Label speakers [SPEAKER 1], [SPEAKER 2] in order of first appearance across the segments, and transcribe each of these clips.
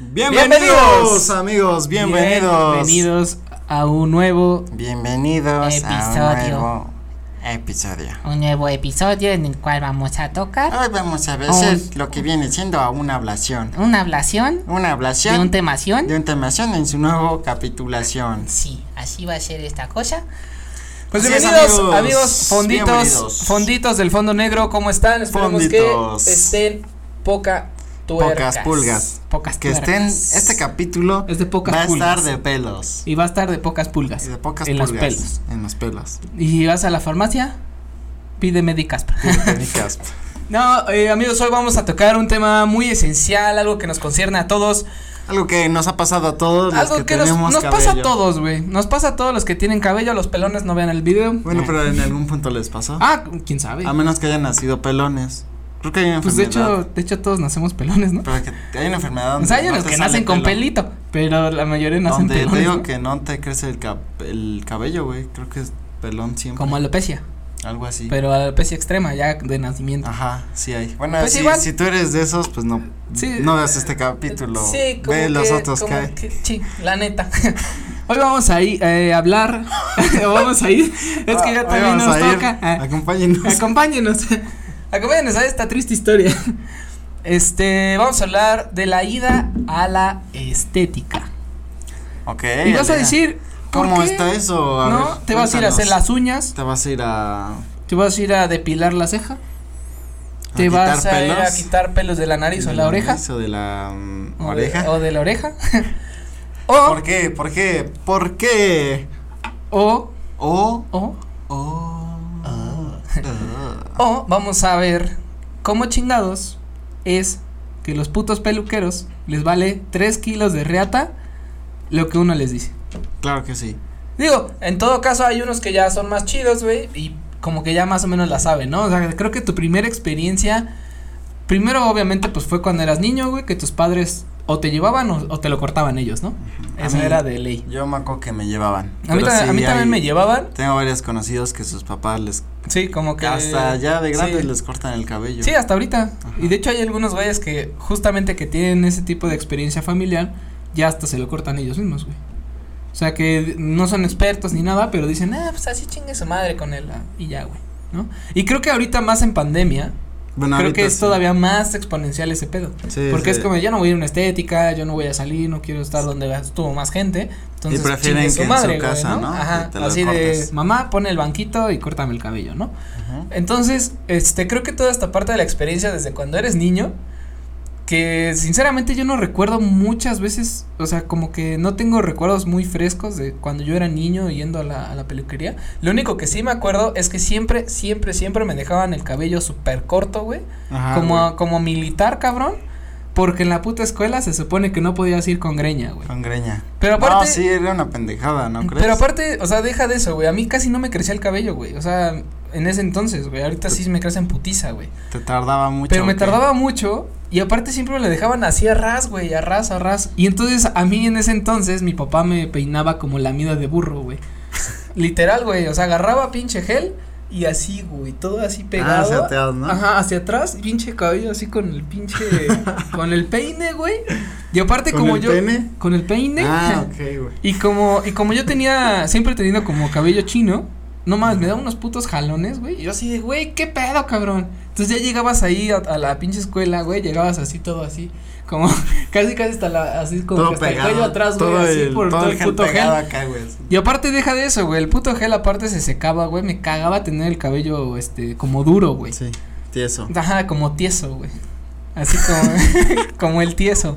[SPEAKER 1] Bienvenidos,
[SPEAKER 2] Bienvenidos.
[SPEAKER 1] amigos, bienvenidos.
[SPEAKER 2] Bienvenidos a un nuevo,
[SPEAKER 1] Bienvenidos a un
[SPEAKER 2] Episodio.
[SPEAKER 1] nuevo episodio.
[SPEAKER 2] un nuevo episodio en el cual vamos a tocar
[SPEAKER 1] Hoy vamos a ver
[SPEAKER 2] Un-
[SPEAKER 1] es lo que viene siendo a una ablación.
[SPEAKER 2] una ablación
[SPEAKER 1] Una ablación
[SPEAKER 2] de un temación.
[SPEAKER 1] de un temación en su nueva capitulación.
[SPEAKER 2] Sí, así va a ser esta cosa.
[SPEAKER 3] Pues
[SPEAKER 1] Así es,
[SPEAKER 3] bienvenidos,
[SPEAKER 1] amigos.
[SPEAKER 3] amigos, fonditos,
[SPEAKER 1] Bienvenidos.
[SPEAKER 3] fonditos del fondo negro, ¿cómo están? Esperemos
[SPEAKER 1] Fonditos.
[SPEAKER 3] que estén poca tuercas.
[SPEAKER 1] Pocas pulgas.
[SPEAKER 2] Pocas
[SPEAKER 1] que estén,
[SPEAKER 2] tuercas.
[SPEAKER 1] este capítulo
[SPEAKER 3] Es de pocas
[SPEAKER 1] va a estar
[SPEAKER 3] pulgas.
[SPEAKER 1] de pelos.
[SPEAKER 3] Y va a estar de pocas pulgas.
[SPEAKER 1] Y de pocas
[SPEAKER 3] en
[SPEAKER 1] pulgas.
[SPEAKER 3] los pelos.
[SPEAKER 1] En los pelos.
[SPEAKER 3] Y vas a la farmacia, pide Medicaspa.
[SPEAKER 1] Ricas.
[SPEAKER 3] no, eh, amigos, hoy vamos a tocar un tema muy esencial, algo que nos concierne a todos.
[SPEAKER 1] Algo que nos ha pasado a todos los
[SPEAKER 3] Algo
[SPEAKER 1] que,
[SPEAKER 3] que nos,
[SPEAKER 1] tenemos
[SPEAKER 3] nos pasa a
[SPEAKER 1] cabello.
[SPEAKER 3] todos, güey. Nos pasa a todos los que tienen cabello, los pelones no vean el video.
[SPEAKER 1] Bueno, pero en algún punto les pasó.
[SPEAKER 3] Ah, quién sabe.
[SPEAKER 1] A menos que hayan nacido pelones. Creo que hay una
[SPEAKER 3] Pues de
[SPEAKER 1] enfermedad.
[SPEAKER 3] hecho, de hecho todos nacemos pelones, ¿no?
[SPEAKER 1] Pero que hay una enfermedad donde
[SPEAKER 3] O sea, hay
[SPEAKER 1] no
[SPEAKER 3] unos
[SPEAKER 1] te
[SPEAKER 3] que
[SPEAKER 1] sale
[SPEAKER 3] nacen con
[SPEAKER 1] pelo.
[SPEAKER 3] pelito, pero la mayoría nacen
[SPEAKER 1] Donde te
[SPEAKER 3] pelones.
[SPEAKER 1] digo
[SPEAKER 3] ¿no?
[SPEAKER 1] que no te crece el, cap- el cabello, güey. Creo que es pelón siempre.
[SPEAKER 3] Como alopecia,
[SPEAKER 1] Algo así.
[SPEAKER 3] pero alopecia extrema ya de nacimiento.
[SPEAKER 1] Ajá, sí hay. Bueno,
[SPEAKER 3] Pues
[SPEAKER 1] si,
[SPEAKER 3] igual.
[SPEAKER 1] si tú eres de esos, pues no,
[SPEAKER 3] Sí.
[SPEAKER 1] no veas este capítulo. Ve los otros que hay.
[SPEAKER 3] sí, la neta. Hoy vamos a ir eh, a hablar, vamos a ir, es que
[SPEAKER 1] Ah,
[SPEAKER 3] ya
[SPEAKER 1] ahí
[SPEAKER 3] también
[SPEAKER 1] vamos
[SPEAKER 3] nos
[SPEAKER 1] a ir.
[SPEAKER 3] toca. Ah,
[SPEAKER 1] Acompáñenos.
[SPEAKER 3] Acompáñenos, acompáñenos a esta triste historia. Este, vamos a hablar de la ida a la estética.
[SPEAKER 1] ok.
[SPEAKER 3] y vas a
[SPEAKER 1] Elena.
[SPEAKER 3] decir, ¿por
[SPEAKER 1] ¿Cómo
[SPEAKER 3] qué?
[SPEAKER 1] está eso? A
[SPEAKER 3] ¿No?
[SPEAKER 1] ver,
[SPEAKER 3] Te vas a ir a hacer
[SPEAKER 1] cuéntanos.
[SPEAKER 3] las uñas.
[SPEAKER 1] Te vas a ir a. a
[SPEAKER 3] Te vas a ir a depilar la ceja. Te
[SPEAKER 1] quitar
[SPEAKER 3] vas a ir a
[SPEAKER 1] pelos
[SPEAKER 3] quitar pelos de la nariz o
[SPEAKER 1] de
[SPEAKER 3] la oreja.
[SPEAKER 1] nariz o de la mm,
[SPEAKER 3] O de-
[SPEAKER 1] oreja.
[SPEAKER 3] O de la oreja. o,
[SPEAKER 1] ¿Por qué? ¿Por qué? ¿Por qué? Oh,
[SPEAKER 3] o,
[SPEAKER 1] O.
[SPEAKER 3] o,
[SPEAKER 1] O. oh, ah.
[SPEAKER 3] o, vamos a ver cómo chingados es que los putos peluqueros les vale 3 kilos de reata lo que uno les dice.
[SPEAKER 1] Claro que sí.
[SPEAKER 3] Digo, en todo caso hay unos que ya son más chidos, güey, y como que ya más o menos la saben, ¿no? O sea, creo que tu primera experiencia, primero obviamente pues fue cuando eras niño, güey, que tus padres o te llevaban o, o te lo cortaban ellos, ¿no?
[SPEAKER 1] A
[SPEAKER 3] Esa
[SPEAKER 1] mí-
[SPEAKER 3] era de ley.
[SPEAKER 1] Yo me acuerdo que me llevaban.
[SPEAKER 3] A mí,
[SPEAKER 1] pero
[SPEAKER 3] ta-
[SPEAKER 1] sí
[SPEAKER 3] a mí
[SPEAKER 1] hay-
[SPEAKER 3] también me llevaban,
[SPEAKER 1] Tengo varios conocidos que sus papás les.
[SPEAKER 3] sí, como que...
[SPEAKER 1] Hasta ya de grandes
[SPEAKER 3] sí.
[SPEAKER 1] les cortan el cabello.
[SPEAKER 3] Sí, hasta ahorita.
[SPEAKER 1] Ajá.
[SPEAKER 3] Y de hecho hay algunos güeyes que justamente que tienen ese tipo de experiencia familiar, ya hasta se lo cortan ellos mismos, güey. O sea que no son expertos ni nada, pero dicen, ah, pues así chingue su madre con él. ah, Y ya, güey. ¿No? Y creo que ahorita más en pandemia,
[SPEAKER 1] Bueno,
[SPEAKER 3] creo
[SPEAKER 1] ahorita
[SPEAKER 3] que es
[SPEAKER 1] sí.
[SPEAKER 3] todavía más exponencial ese pedo.
[SPEAKER 1] Sí,
[SPEAKER 3] Porque
[SPEAKER 1] sí.
[SPEAKER 3] es como, yo no voy a ir a una estética, yo no voy a salir, no quiero estar donde estuvo más gente. Entonces,
[SPEAKER 1] prefieren
[SPEAKER 3] chingue su
[SPEAKER 1] que en su
[SPEAKER 3] madre, güey,
[SPEAKER 1] casa, ¿no?
[SPEAKER 3] Ajá,
[SPEAKER 1] Que te lo
[SPEAKER 3] así de,
[SPEAKER 1] cortes.
[SPEAKER 3] mamá, pone el banquito y córtame el cabello, ¿no?
[SPEAKER 1] Ajá.
[SPEAKER 3] Entonces, este, creo que toda esta parte de la experiencia desde cuando eres niño, que sinceramente yo no recuerdo muchas veces, o sea, como que no tengo recuerdos muy frescos de cuando yo era niño yendo a la, a la peluquería. Lo único que sí me acuerdo es que siempre, siempre, siempre me dejaban el cabello súper corto, güey.
[SPEAKER 1] Ajá,
[SPEAKER 3] como,
[SPEAKER 1] Ah, güey.
[SPEAKER 3] como militar, cabrón. Porque en la puta escuela se supone que no podías ir con greña, güey.
[SPEAKER 1] Con greña.
[SPEAKER 3] Pero
[SPEAKER 1] No,
[SPEAKER 3] aparte...
[SPEAKER 1] sí, era una pendejada, Ah, ¿no crees?
[SPEAKER 3] Pero aparte, o sea, deja de eso, güey. A mí casi no me crecía el cabello, güey. O sea, en ese entonces, güey. Ahorita sí me crece en putiza, güey.
[SPEAKER 1] Te tardaba mucho.
[SPEAKER 3] Pero me
[SPEAKER 1] ¿o qué?
[SPEAKER 3] tardaba mucho y aparte siempre me lo dejaban así a ras, güey, a ras, a ras. Y entonces a mí en ese entonces mi papá me peinaba como la mida de burro, güey. Literal, güey, o sea, agarraba pinche gel y así, güey, todo así
[SPEAKER 1] Ah,
[SPEAKER 3] pegado.
[SPEAKER 1] hacia atrás, ¿no?
[SPEAKER 3] Ajá, hacia atrás, pinche cabello así con el pinche con el peine, güey. Y aparte
[SPEAKER 1] ¿Con
[SPEAKER 3] como
[SPEAKER 1] el
[SPEAKER 3] yo
[SPEAKER 1] pene?
[SPEAKER 3] con el peine.
[SPEAKER 1] Ah, ok, güey.
[SPEAKER 3] Y como, y como yo tenía, siempre he tenido como cabello chino, no mames, me daba unos putos jalones, güey. Y yo así de, güey, qué pedo, cabrón. Entonces ya llegabas ahí a, a la pinche escuela, güey, llegabas así todo así, como casi casi hasta la, así como que hasta el cuello atrás, güey,
[SPEAKER 1] todo
[SPEAKER 3] así
[SPEAKER 1] el-
[SPEAKER 3] por todo, el
[SPEAKER 1] gel
[SPEAKER 3] puto gel.
[SPEAKER 1] pegado acá, güey. así.
[SPEAKER 3] Y aparte deja de eso, güey, el puto gel aparte se secaba, güey, me cagaba tener el cabello, este, como duro, güey.
[SPEAKER 1] Sí, tieso.
[SPEAKER 3] Ajá, como tieso, güey. Así como, como el tieso.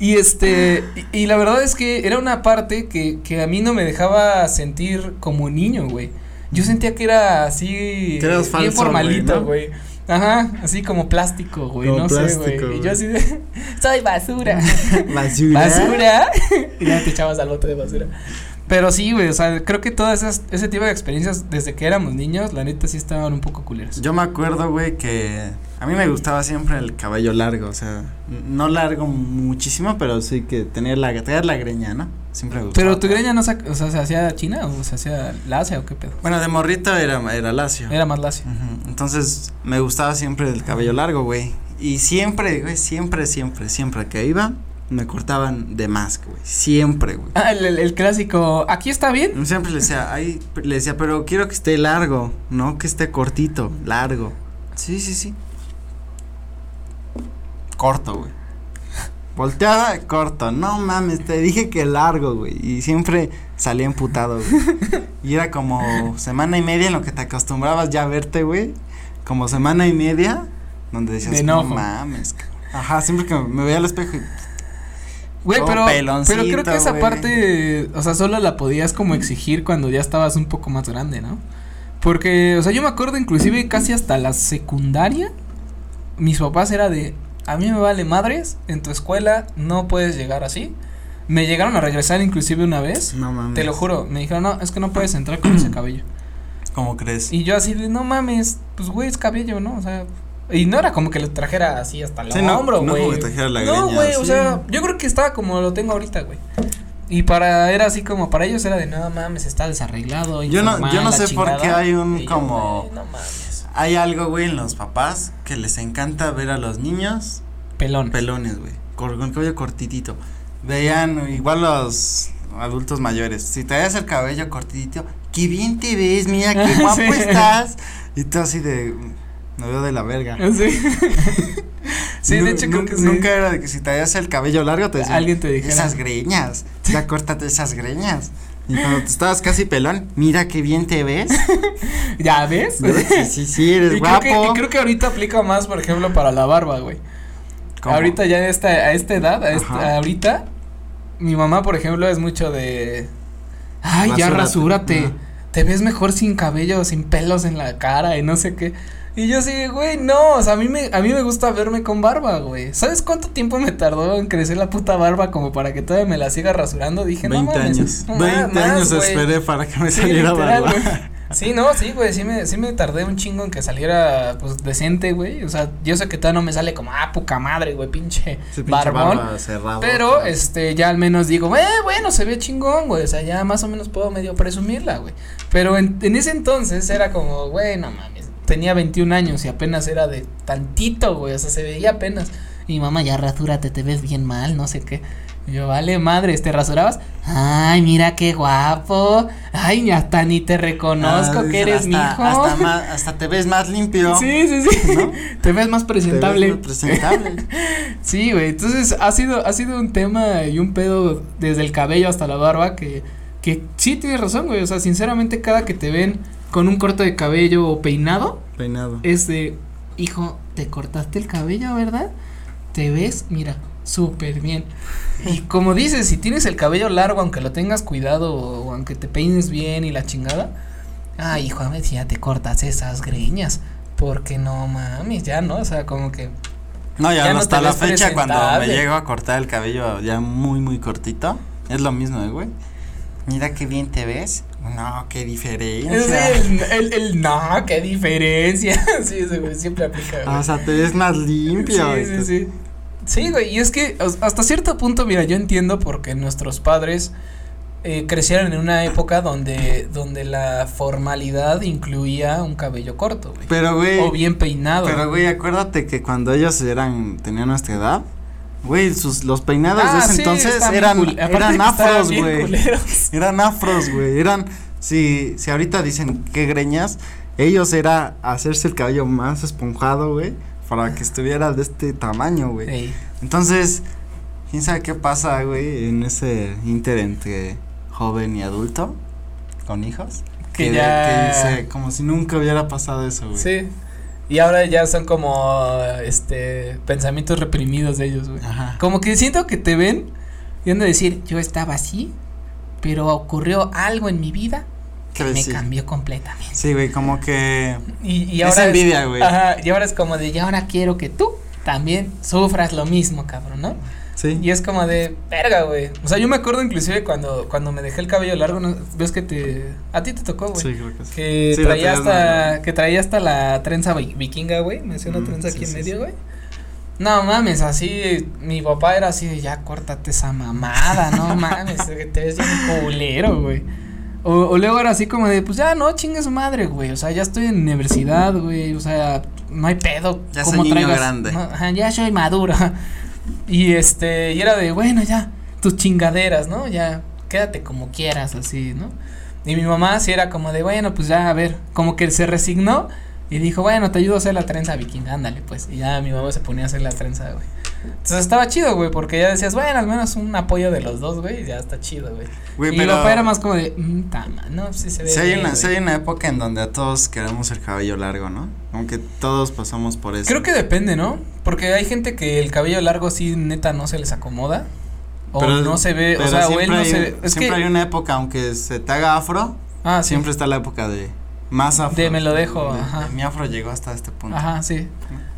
[SPEAKER 3] Y este, y, y la verdad es que era una parte que, que a mí no me dejaba sentir como niño, güey. Yo sentía que era así,
[SPEAKER 1] Que eras
[SPEAKER 3] eh,
[SPEAKER 1] falso,
[SPEAKER 3] bien
[SPEAKER 1] güey,
[SPEAKER 3] formalito,
[SPEAKER 1] ¿no?
[SPEAKER 3] güey. Ajá, así como plástico, güey,
[SPEAKER 1] Como
[SPEAKER 3] no sé,
[SPEAKER 1] plástico,
[SPEAKER 3] güey. Y
[SPEAKER 1] güey.
[SPEAKER 3] yo así de, soy basura.
[SPEAKER 1] Basura.
[SPEAKER 3] ¿Basura? y ya te echabas al bote de basura. Pero sí, güey, o sea, creo que todas esas, ese tipo de experiencias desde que éramos niños, la neta sí estaban un poco culeras.
[SPEAKER 1] Yo me acuerdo, güey, que a mí me gustaba siempre el cabello largo, o sea, n- no largo muchísimo, pero sí que tener la, tener la greña, ¿no? Siempre me gustaba.
[SPEAKER 3] Pero tu greña no se, o sea, se hacía china o se hacía lacia o qué pedo.
[SPEAKER 1] Bueno, de morrito era, era lacio.
[SPEAKER 3] Era más lacia.
[SPEAKER 1] Ujú, Entonces, me gustaba siempre el cabello largo, güey. Y siempre, güey, siempre, siempre, siempre que iba, me cortaban de más, güey. Siempre, güey.
[SPEAKER 3] Ah, el, el- el clásico, ¿aquí está bien?
[SPEAKER 1] Siempre le decía, ay, le decía, pero quiero que esté largo, no que esté cortito, largo. Sí, sí, sí. Corto, güey. Volteada, corto. No mames, te dije que largo, güey. Y siempre salía emputado, güey. Y era como semana y media en lo que te acostumbrabas ya a verte, güey. Como semana y media, donde decías,
[SPEAKER 3] De
[SPEAKER 1] no
[SPEAKER 3] enojo.
[SPEAKER 1] mames. cabrón". Ajá, siempre que me veía al espejo y
[SPEAKER 3] Güey,
[SPEAKER 1] Todo
[SPEAKER 3] pero, pero creo
[SPEAKER 1] Oh, peloncito,
[SPEAKER 3] que esa
[SPEAKER 1] güey.
[SPEAKER 3] parte, o sea, solo la podías como exigir cuando ya estabas un poco más grande, ¿no? Porque, o sea, yo me acuerdo inclusive casi hasta la secundaria, mis papás era de, a mí me vale madres, en tu escuela no puedes llegar así. Me llegaron a regresar inclusive una vez,
[SPEAKER 1] no mames.
[SPEAKER 3] te lo juro, me dijeron, no, es que no puedes entrar con ese cabello.
[SPEAKER 1] ¿Cómo crees?
[SPEAKER 3] Y yo así de, no mames, pues güey, es cabello, ¿no? O sea, y no era como que lo trajera así hasta el
[SPEAKER 1] Sí, no-
[SPEAKER 3] hombro,
[SPEAKER 1] no
[SPEAKER 3] güey.
[SPEAKER 1] como que trajera la
[SPEAKER 3] No,
[SPEAKER 1] greña,
[SPEAKER 3] güey, o
[SPEAKER 1] sí.
[SPEAKER 3] sea, yo creo que estaba como lo tengo ahorita, güey. Y para, era así como, para ellos era de, no mames, está desarreglado.
[SPEAKER 1] Yo no-
[SPEAKER 3] informal,
[SPEAKER 1] yo no
[SPEAKER 3] la
[SPEAKER 1] sé por qué
[SPEAKER 3] chingada".
[SPEAKER 1] hay un
[SPEAKER 3] Y yo,
[SPEAKER 1] como-
[SPEAKER 3] "Güey, No mames.
[SPEAKER 1] Hay algo, güey, en los papás que les encanta ver a los niños
[SPEAKER 3] Pelón.
[SPEAKER 1] pelones, güey, cor- con cabello cortitito. Vean, igual los adultos mayores, si traías el cabello cortitito, qué bien te ves, mira, qué
[SPEAKER 3] Sí.
[SPEAKER 1] guapo estás. Y tú así de, "Mm, me veo de la verga.
[SPEAKER 3] Sí. sí,
[SPEAKER 1] Nu-
[SPEAKER 3] de hecho creo
[SPEAKER 1] nu-
[SPEAKER 3] que sí.
[SPEAKER 1] Nunca era de que si traías el cabello largo te decían,
[SPEAKER 3] Alguien te dijera.
[SPEAKER 1] esas greñas, ya córtate esas greñas. Y cuando te estabas casi pelón, mira qué bien te ves.
[SPEAKER 3] ¿Ya ves?
[SPEAKER 1] Sí, sí, sí, eres
[SPEAKER 3] Y creo,
[SPEAKER 1] guapo.
[SPEAKER 3] que, y creo que ahorita aplica más, por ejemplo, para la barba, güey.
[SPEAKER 1] ¿Cómo?
[SPEAKER 3] Ahorita ya a esta, a esta edad, a esta-
[SPEAKER 1] Ajá.
[SPEAKER 3] ahorita, mi mamá, por ejemplo, es mucho de. Ay, ya
[SPEAKER 1] Rasúrate".
[SPEAKER 3] rasúrate.
[SPEAKER 1] Ajá.
[SPEAKER 3] Te ves mejor sin cabello, sin pelos en la cara y no sé qué. Y yo sí, güey, no, o sea, a mí me, a mí me gusta verme con barba, güey. ¿Sabes cuánto tiempo me tardó en crecer la puta barba como para que todavía me la siga rasurando? Dije, no
[SPEAKER 1] 20
[SPEAKER 3] mames,
[SPEAKER 1] años.
[SPEAKER 3] no
[SPEAKER 1] 20
[SPEAKER 3] más,
[SPEAKER 1] años
[SPEAKER 3] güey.
[SPEAKER 1] esperé para que me
[SPEAKER 3] Sí,
[SPEAKER 1] saliera
[SPEAKER 3] literal,
[SPEAKER 1] barba.
[SPEAKER 3] güey. Sí, no, sí, güey, sí me, sí me tardé un chingo en que saliera, pues, decente, güey, o sea, yo sé que todavía no me sale como, ah, poca madre, güey, pinche,
[SPEAKER 1] Ese pinche
[SPEAKER 3] barbón,
[SPEAKER 1] barba cerrado.
[SPEAKER 3] pero, este, ya al menos digo, eh, bueno, se ve chingón, güey, o sea, ya más o menos puedo medio presumirla, güey, pero en, en ese entonces era como, güey, no mames, tenía 21 años y apenas era de tantito, güey, o sea, se veía apenas, y mamá, ya rasúrate, te ves bien mal, no sé qué, y yo, vale, madre, ¿te rasurabas? Ay, mira qué guapo. Ay, ni hasta ni te reconozco
[SPEAKER 1] Ah,
[SPEAKER 3] que eres
[SPEAKER 1] hasta-
[SPEAKER 3] mi hijo.
[SPEAKER 1] Hasta, ma- hasta te ves más limpio.
[SPEAKER 3] Sí, sí, sí.
[SPEAKER 1] ¿No?
[SPEAKER 3] Te ves más
[SPEAKER 1] Te ves
[SPEAKER 3] presentable.
[SPEAKER 1] más presentable.
[SPEAKER 3] Sí, güey. Entonces ha sido, ha sido un tema y un pedo desde el cabello hasta la barba que, que sí tienes razón, güey. O sea, sinceramente, cada que te ven con un corte de cabello o peinado,
[SPEAKER 1] Peinado.
[SPEAKER 3] es de, hijo, te cortaste el cabello, ¿verdad? Te ves, mira, súper bien. Y como dices, si tienes el cabello largo, aunque lo tengas cuidado o, o aunque te peines bien y la chingada, ay, hijo, a ver si ya te cortas esas greñas. Porque no mames, ya no, o sea, como que.
[SPEAKER 1] No, ya,
[SPEAKER 3] Ya
[SPEAKER 1] no
[SPEAKER 3] no
[SPEAKER 1] hasta
[SPEAKER 3] te
[SPEAKER 1] la
[SPEAKER 3] ves
[SPEAKER 1] fecha cuando me
[SPEAKER 3] presentable.
[SPEAKER 1] llego a cortar el cabello ya muy, muy cortito. Es lo mismo, eh, güey. Mira qué bien te ves. No, qué
[SPEAKER 3] Es
[SPEAKER 1] diferencia.
[SPEAKER 3] el, el, el no, qué diferencia. Sí, ese güey siempre aplica. güey.
[SPEAKER 1] O sea, te ves más Ah, limpio.
[SPEAKER 3] Sí, sí, sí. Sí, güey, y es que as- hasta cierto punto, mira, yo entiendo porque nuestros padres eh, crecieron en una época donde, donde la formalidad incluía un cabello corto, güey.
[SPEAKER 1] Pero, güey.
[SPEAKER 3] O bien peinado.
[SPEAKER 1] Pero, güey, acuérdate que cuando ellos eran, tenían nuestra edad, güey, sus, los peinados de
[SPEAKER 3] Ah,
[SPEAKER 1] ese
[SPEAKER 3] sí,
[SPEAKER 1] entonces
[SPEAKER 3] está bien
[SPEAKER 1] eran,
[SPEAKER 3] cul- aparte
[SPEAKER 1] eran
[SPEAKER 3] que estaban
[SPEAKER 1] afros,
[SPEAKER 3] bien
[SPEAKER 1] güey.
[SPEAKER 3] culeros.
[SPEAKER 1] Eran afros, güey. Eran, si, si ahorita dicen qué greñas, ellos era hacerse el cabello más esponjado, güey, para que estuviera de este tamaño, güey.
[SPEAKER 3] Ey,
[SPEAKER 1] Entonces, quién sabe qué pasa, güey, en ese inter entre joven y adulto, con hijos.
[SPEAKER 3] Que
[SPEAKER 1] de-
[SPEAKER 3] ya-
[SPEAKER 1] que dice, como si nunca hubiera pasado eso, güey.
[SPEAKER 3] Sí. Y ahora ya son como este pensamientos reprimidos de ellos, güey.
[SPEAKER 1] Ajá.
[SPEAKER 3] Como que siento que te ven y han de decir, yo estaba así, pero ocurrió algo en mi vida que me
[SPEAKER 1] Crecí.
[SPEAKER 3] cambió completamente.
[SPEAKER 1] Sí, güey, como que.
[SPEAKER 3] Y, y
[SPEAKER 1] Es
[SPEAKER 3] ahora
[SPEAKER 1] envidia, güey.
[SPEAKER 3] Ajá, y ahora es como de, y ahora quiero que tú también sufras lo mismo, cabrón, ¿no?
[SPEAKER 1] Sí.
[SPEAKER 3] Y es como de, verga, güey. O sea, yo me acuerdo inclusive cuando, cuando me dejé el cabello largo, ¿no? ves que te, a ti te tocó, güey.
[SPEAKER 1] Sí, creo que sí.
[SPEAKER 3] Que
[SPEAKER 1] Sí, la
[SPEAKER 3] traía
[SPEAKER 1] traías
[SPEAKER 3] hasta,
[SPEAKER 1] larga.
[SPEAKER 3] que traía hasta la trenza vi- vikinga, güey. Me hacía una
[SPEAKER 1] Mm,
[SPEAKER 3] trenza
[SPEAKER 1] sí,
[SPEAKER 3] aquí en
[SPEAKER 1] sí, sí.
[SPEAKER 3] medio, güey. No mames, así, mi papá era así de, ya córtate esa mamada, no mames, que te ves bien culero, güey. O, o luego era así como de, pues ya no, chingue su madre, güey. O sea, ya estoy en universidad, güey. O sea, no hay pedo.
[SPEAKER 1] Ya
[SPEAKER 3] ¿cómo
[SPEAKER 1] soy niño grande.
[SPEAKER 3] No, ajá, ya soy madura. Y este, y era de, bueno, ya, tus chingaderas, ¿no? Ya, quédate como quieras, así, ¿no? Y mi mamá sí era como de, bueno, pues ya, a ver, como que se resignó y dijo, bueno, te ayudo a hacer la trenza viking, ándale, pues. Y ya mi mamá se ponía a hacer la trenza, güey. Entonces estaba chido, güey, porque ya decías, bueno, al menos un apoyo de los dos, güey, ya está chido, güey.
[SPEAKER 1] Güey,
[SPEAKER 3] y mi
[SPEAKER 1] pero-
[SPEAKER 3] papá era más como de, "Mm, tama, no, sí se ve.
[SPEAKER 1] Sí hay,
[SPEAKER 3] bien,
[SPEAKER 1] una,
[SPEAKER 3] güey".
[SPEAKER 1] sí hay una época en donde a todos queremos el cabello largo, ¿no? Aunque todos pasamos por eso.
[SPEAKER 3] Creo que depende, ¿no? Porque hay gente que el cabello largo sí neta no se les acomoda. O
[SPEAKER 1] Pero-
[SPEAKER 3] no se ve, o
[SPEAKER 1] pero
[SPEAKER 3] sea, o él
[SPEAKER 1] siempre
[SPEAKER 3] no
[SPEAKER 1] hay-
[SPEAKER 3] se ve. Es
[SPEAKER 1] siempre
[SPEAKER 3] que,
[SPEAKER 1] hay una época, aunque se te haga afro,
[SPEAKER 3] ah, sí.
[SPEAKER 1] siempre está la época de más afro.
[SPEAKER 3] De me lo dejo,
[SPEAKER 1] De-
[SPEAKER 3] ajá.
[SPEAKER 1] Mi afro llegó hasta este punto.
[SPEAKER 3] Ajá, sí.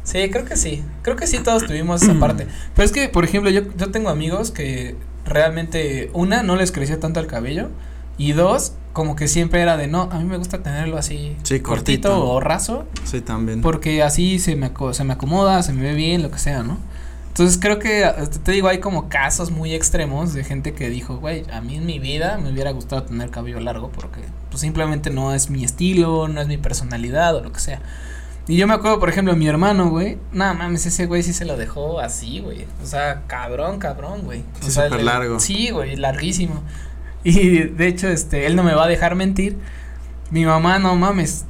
[SPEAKER 3] Sí, creo que sí. Creo que sí todos tuvimos esa parte. Pero es que, por ejemplo, yo, yo tengo amigos que realmente, una, no les creció tanto el cabello. Y dos, como que siempre era de no, a mí me gusta tenerlo así
[SPEAKER 1] Sí,
[SPEAKER 3] cortito,
[SPEAKER 1] cortito.
[SPEAKER 3] o raso.
[SPEAKER 1] Sí, también.
[SPEAKER 3] Porque así se me, aco- se me acomoda, se me ve bien, lo que sea, ¿no? Entonces creo que, eh, te- te digo, hay como casos muy extremos de gente que dijo, güey, a mí en mi vida me hubiera gustado tener cabello largo porque pues simplemente no es mi estilo, no es mi personalidad o lo que sea. Y yo me acuerdo, por ejemplo, mi hermano, güey, nada mames, ese güey sí se lo dejó así, güey. O sea, cabrón, cabrón, güey. O
[SPEAKER 1] Sí,
[SPEAKER 3] sea,
[SPEAKER 1] súper
[SPEAKER 3] le-
[SPEAKER 1] largo.
[SPEAKER 3] Sí, güey, larguísimo. Y de hecho, este, él no me va a dejar mentir. Mi mamá, no mames,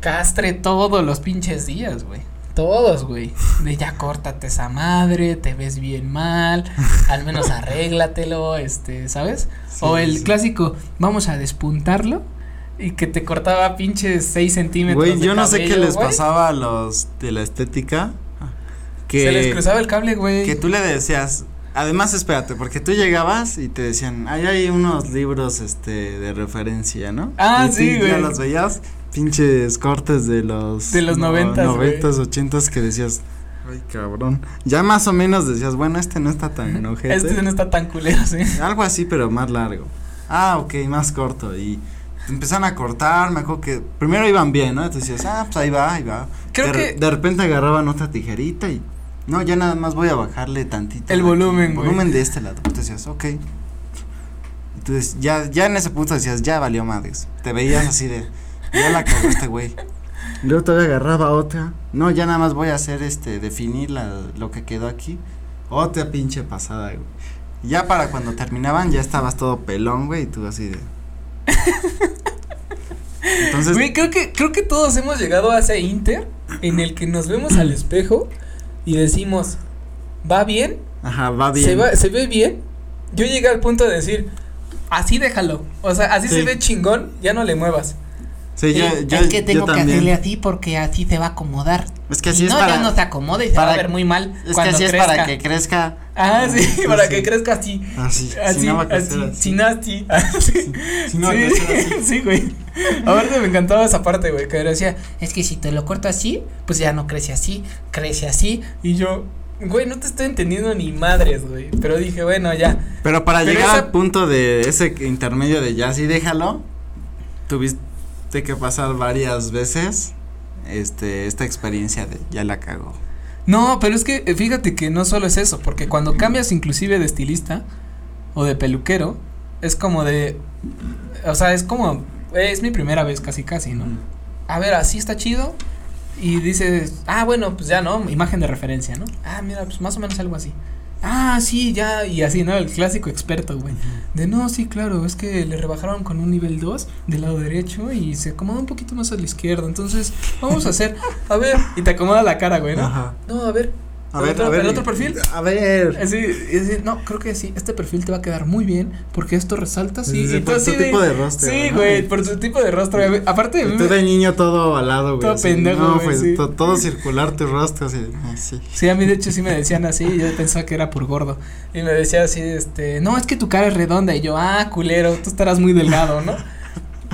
[SPEAKER 3] castre todos los pinches días, güey. Todos, güey. De ya córtate esa madre, te ves bien mal, al menos arréglatelo, este, ¿sabes?
[SPEAKER 1] Sí,
[SPEAKER 3] o el
[SPEAKER 1] sí.
[SPEAKER 3] clásico, vamos a despuntarlo y que te cortaba pinches 6 centímetros.
[SPEAKER 1] Güey,
[SPEAKER 3] de
[SPEAKER 1] yo no sé qué
[SPEAKER 3] cabello,
[SPEAKER 1] les
[SPEAKER 3] güey.
[SPEAKER 1] pasaba a los de la estética. Que,
[SPEAKER 3] Se les cruzaba el cable, güey.
[SPEAKER 1] que tú le decías. Además, espérate, porque tú llegabas y te decían, ahí hay unos libros este de referencia, ¿no?
[SPEAKER 3] Ah,
[SPEAKER 1] Y
[SPEAKER 3] sí,
[SPEAKER 1] tú Ya
[SPEAKER 3] güey.
[SPEAKER 1] los veías, pinches cortes de los
[SPEAKER 3] De los
[SPEAKER 1] no-
[SPEAKER 3] noventas, güey.
[SPEAKER 1] noventas, ochentas que decías, ay, cabrón. Ya más o menos decías, bueno, este no está tan ojete.
[SPEAKER 3] Este no está tan culero, sí.
[SPEAKER 1] Algo así, pero más largo. Ah, ok, más corto. Y te empezaron a cortar, me acuerdo que primero iban bien, ¿no? Te decías, ah, pues ahí va, ahí va.
[SPEAKER 3] Creo
[SPEAKER 1] de, re-
[SPEAKER 3] que-
[SPEAKER 1] de repente agarraban otra tijerita y. No, ya nada más voy a bajarle tantito.
[SPEAKER 3] El
[SPEAKER 1] de
[SPEAKER 3] volumen,
[SPEAKER 1] aquí,
[SPEAKER 3] güey.
[SPEAKER 1] volumen de este lado. Tú decías, ok. Entonces, ya, ya en ese punto decías, ya valió madres. Te veías así de, ya la cagó este güey. Luego todavía agarraba otra. No, ya nada más voy a hacer este, definir la, lo que quedó aquí. Otra pinche pasada, güey. Ya para cuando terminaban, ya estabas todo pelón, güey, y tú así de. Entonces,
[SPEAKER 3] Güey, creo que, creo que todos hemos llegado a ese inter en el que nos vemos al espejo y decimos, ¿va bien?
[SPEAKER 1] ajá, va bien.
[SPEAKER 3] ¿Se, va- se ve bien? Yo llegué al punto de decir, así déjalo. O sea, así
[SPEAKER 1] Sí.
[SPEAKER 3] se ve chingón, ya no le muevas.
[SPEAKER 1] Sí, yo,
[SPEAKER 2] Eh,
[SPEAKER 1] yo,
[SPEAKER 2] es que tengo
[SPEAKER 1] yo
[SPEAKER 2] que
[SPEAKER 1] también.
[SPEAKER 2] hacerle así porque así se va a acomodar.
[SPEAKER 1] Es que
[SPEAKER 2] Si
[SPEAKER 1] así es
[SPEAKER 2] no,
[SPEAKER 1] para.
[SPEAKER 2] ya no se acomoda y se va
[SPEAKER 1] para-
[SPEAKER 2] a ver muy mal
[SPEAKER 1] es que
[SPEAKER 3] cuando
[SPEAKER 1] así es para
[SPEAKER 3] crezca.
[SPEAKER 1] que crezca.
[SPEAKER 3] Ah, sí,
[SPEAKER 1] Sí,
[SPEAKER 3] para
[SPEAKER 1] sí.
[SPEAKER 3] que crezca así.
[SPEAKER 1] Así,
[SPEAKER 3] Así, ah,
[SPEAKER 1] si no va a
[SPEAKER 3] así,
[SPEAKER 1] crecer así.
[SPEAKER 3] chinasti. Así.
[SPEAKER 1] Si no va a
[SPEAKER 3] sí,
[SPEAKER 1] crecer así.
[SPEAKER 3] sí, güey. Ahorita me encantaba esa parte, güey, que decía,
[SPEAKER 2] Es que si te lo corto así, pues ya no crece así, crece así.
[SPEAKER 3] y yo, güey, no te estoy entendiendo ni madres, güey. Pero dije, bueno, ya.
[SPEAKER 1] Pero para
[SPEAKER 3] Pero
[SPEAKER 1] llegar
[SPEAKER 3] esa-
[SPEAKER 1] al punto de ese intermedio de ya así déjalo, tuviste que pasar varias veces este esta experiencia de ya la cagó.
[SPEAKER 3] No, pero es que eh, fíjate que no solo es eso, porque cuando cambias inclusive de estilista o de peluquero, es como de, o sea, es como, eh, es mi primera vez casi casi, ¿no? A ver, así está chido y dices, ah, bueno, pues ya, ¿no? Imagen de referencia, ¿no? Ah, mira, pues más o menos algo así. Ah, sí, ya, y así, ¿no? El clásico experto, güey. De no, sí, claro, es que le rebajaron con un nivel 2 del lado derecho y se acomoda un poquito más a la izquierda. Entonces, vamos a hacer, a ver, y te acomoda la cara, güey, ¿no?
[SPEAKER 1] Ajá.
[SPEAKER 3] No, a ver.
[SPEAKER 1] A
[SPEAKER 3] ¿El
[SPEAKER 1] ver,
[SPEAKER 3] otro-
[SPEAKER 1] a ver.
[SPEAKER 3] el otro perfil?
[SPEAKER 1] A ver.
[SPEAKER 3] Así, y así, no, creo que sí. Este perfil te va a quedar muy bien porque esto resalta así.
[SPEAKER 1] Sí,
[SPEAKER 3] y tú
[SPEAKER 1] por
[SPEAKER 3] así
[SPEAKER 1] tu tipo de rostro,
[SPEAKER 3] Sí,
[SPEAKER 1] ¿no?
[SPEAKER 3] güey, por tu tipo de rostro. güey. Aparte de
[SPEAKER 1] Y
[SPEAKER 3] mí.
[SPEAKER 1] tú
[SPEAKER 3] me-
[SPEAKER 1] de niño todo ovalado, güey.
[SPEAKER 3] Todo
[SPEAKER 1] así,
[SPEAKER 3] pendejo,
[SPEAKER 1] No,
[SPEAKER 3] güey,
[SPEAKER 1] pues
[SPEAKER 3] sí.
[SPEAKER 1] to- todo circular tu rostro así. ay, sí.
[SPEAKER 3] Sí, a mí de hecho sí me decían así. y Yo pensaba que era por gordo. Y me decía así, este, no, es que tu cara es redonda. Y yo, ah, culero, tú estarás muy delgado, ¿no?